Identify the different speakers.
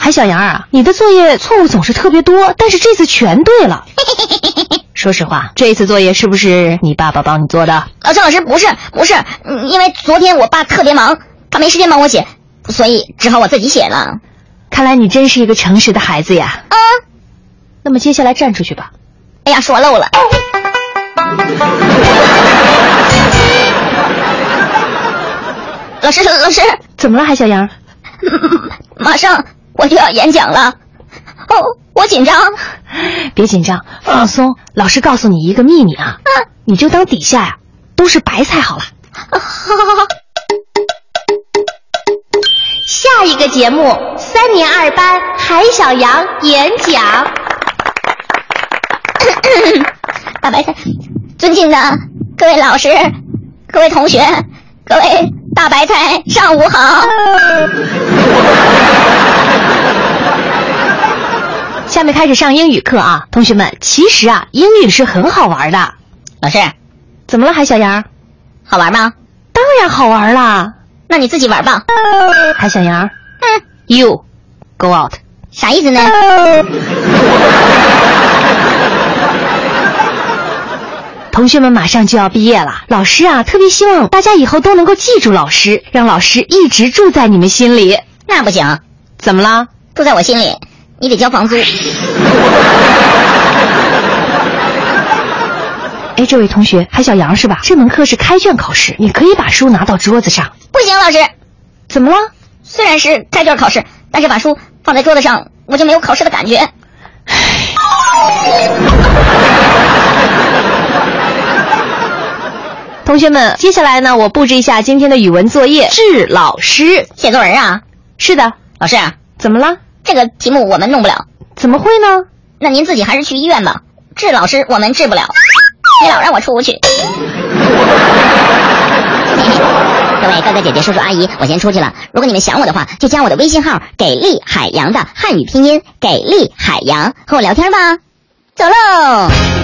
Speaker 1: 哎，小杨啊，你的作业错误总是特别多，但是这次全对了。说实话，这次作业是不是你爸爸帮你做的？
Speaker 2: 呃，张老师不是不是、嗯因为昨天我爸特别忙，他没时间帮我写，所以只好我自己写了。
Speaker 1: 看来你真是一个诚实的孩子呀。嗯。那么接下来站出去吧。
Speaker 2: 哎呀，说漏了。 老师，老师，
Speaker 1: 怎么了，海小杨？
Speaker 2: 马上我就要演讲了，哦，我紧张。
Speaker 1: 别紧张，放松。老师告诉你一个秘密啊，你就当底下呀、都是白菜好了。
Speaker 3: 下一个节目，三年二班海小羊演 讲。
Speaker 2: 大白菜，尊敬的各位老师、各位同学、各位大白菜，上午好。
Speaker 1: 下面开始上英语课啊，同学们，其实啊，英语是很好玩的。
Speaker 2: 老师，
Speaker 1: 怎么了，海小杨？
Speaker 2: 好玩吗？
Speaker 1: 当然好玩啦！
Speaker 2: 那你自己玩吧。
Speaker 1: 海小杨
Speaker 2: 嗯，
Speaker 1: ，you go out。
Speaker 2: 啥意思呢？
Speaker 1: 同学们马上就要毕业了，老师啊，特别希望大家以后都能够记住老师，让老师一直住在你们心里。
Speaker 2: 那不行，
Speaker 1: 怎么啦？
Speaker 2: 住在我心里，你得交房租。
Speaker 1: 哎，这位同学，海小杨是吧？这门课是开卷考试，你可以把书拿到桌子上。
Speaker 2: 不行，老师，
Speaker 1: 怎么了？
Speaker 2: 虽然是开卷考试，但是把书放在桌子上，我就没有考试的感觉。
Speaker 1: 同学们，接下来呢，我布置一下今天的语文作业。致老师，
Speaker 2: 写作文啊，
Speaker 1: 是的，
Speaker 2: 老师，啊
Speaker 1: 怎么了？
Speaker 2: 这个题目我们弄不了，
Speaker 1: 怎么会呢？
Speaker 2: 那您自己还是去医院吧。治老师我们治不了，你老让我出去。 各位哥哥姐姐、叔叔阿姨，我先出去了。如果你们想我的话，就加我的微信号“给力海洋”的汉语拼音“给力海洋”，和我聊天吧。走喽。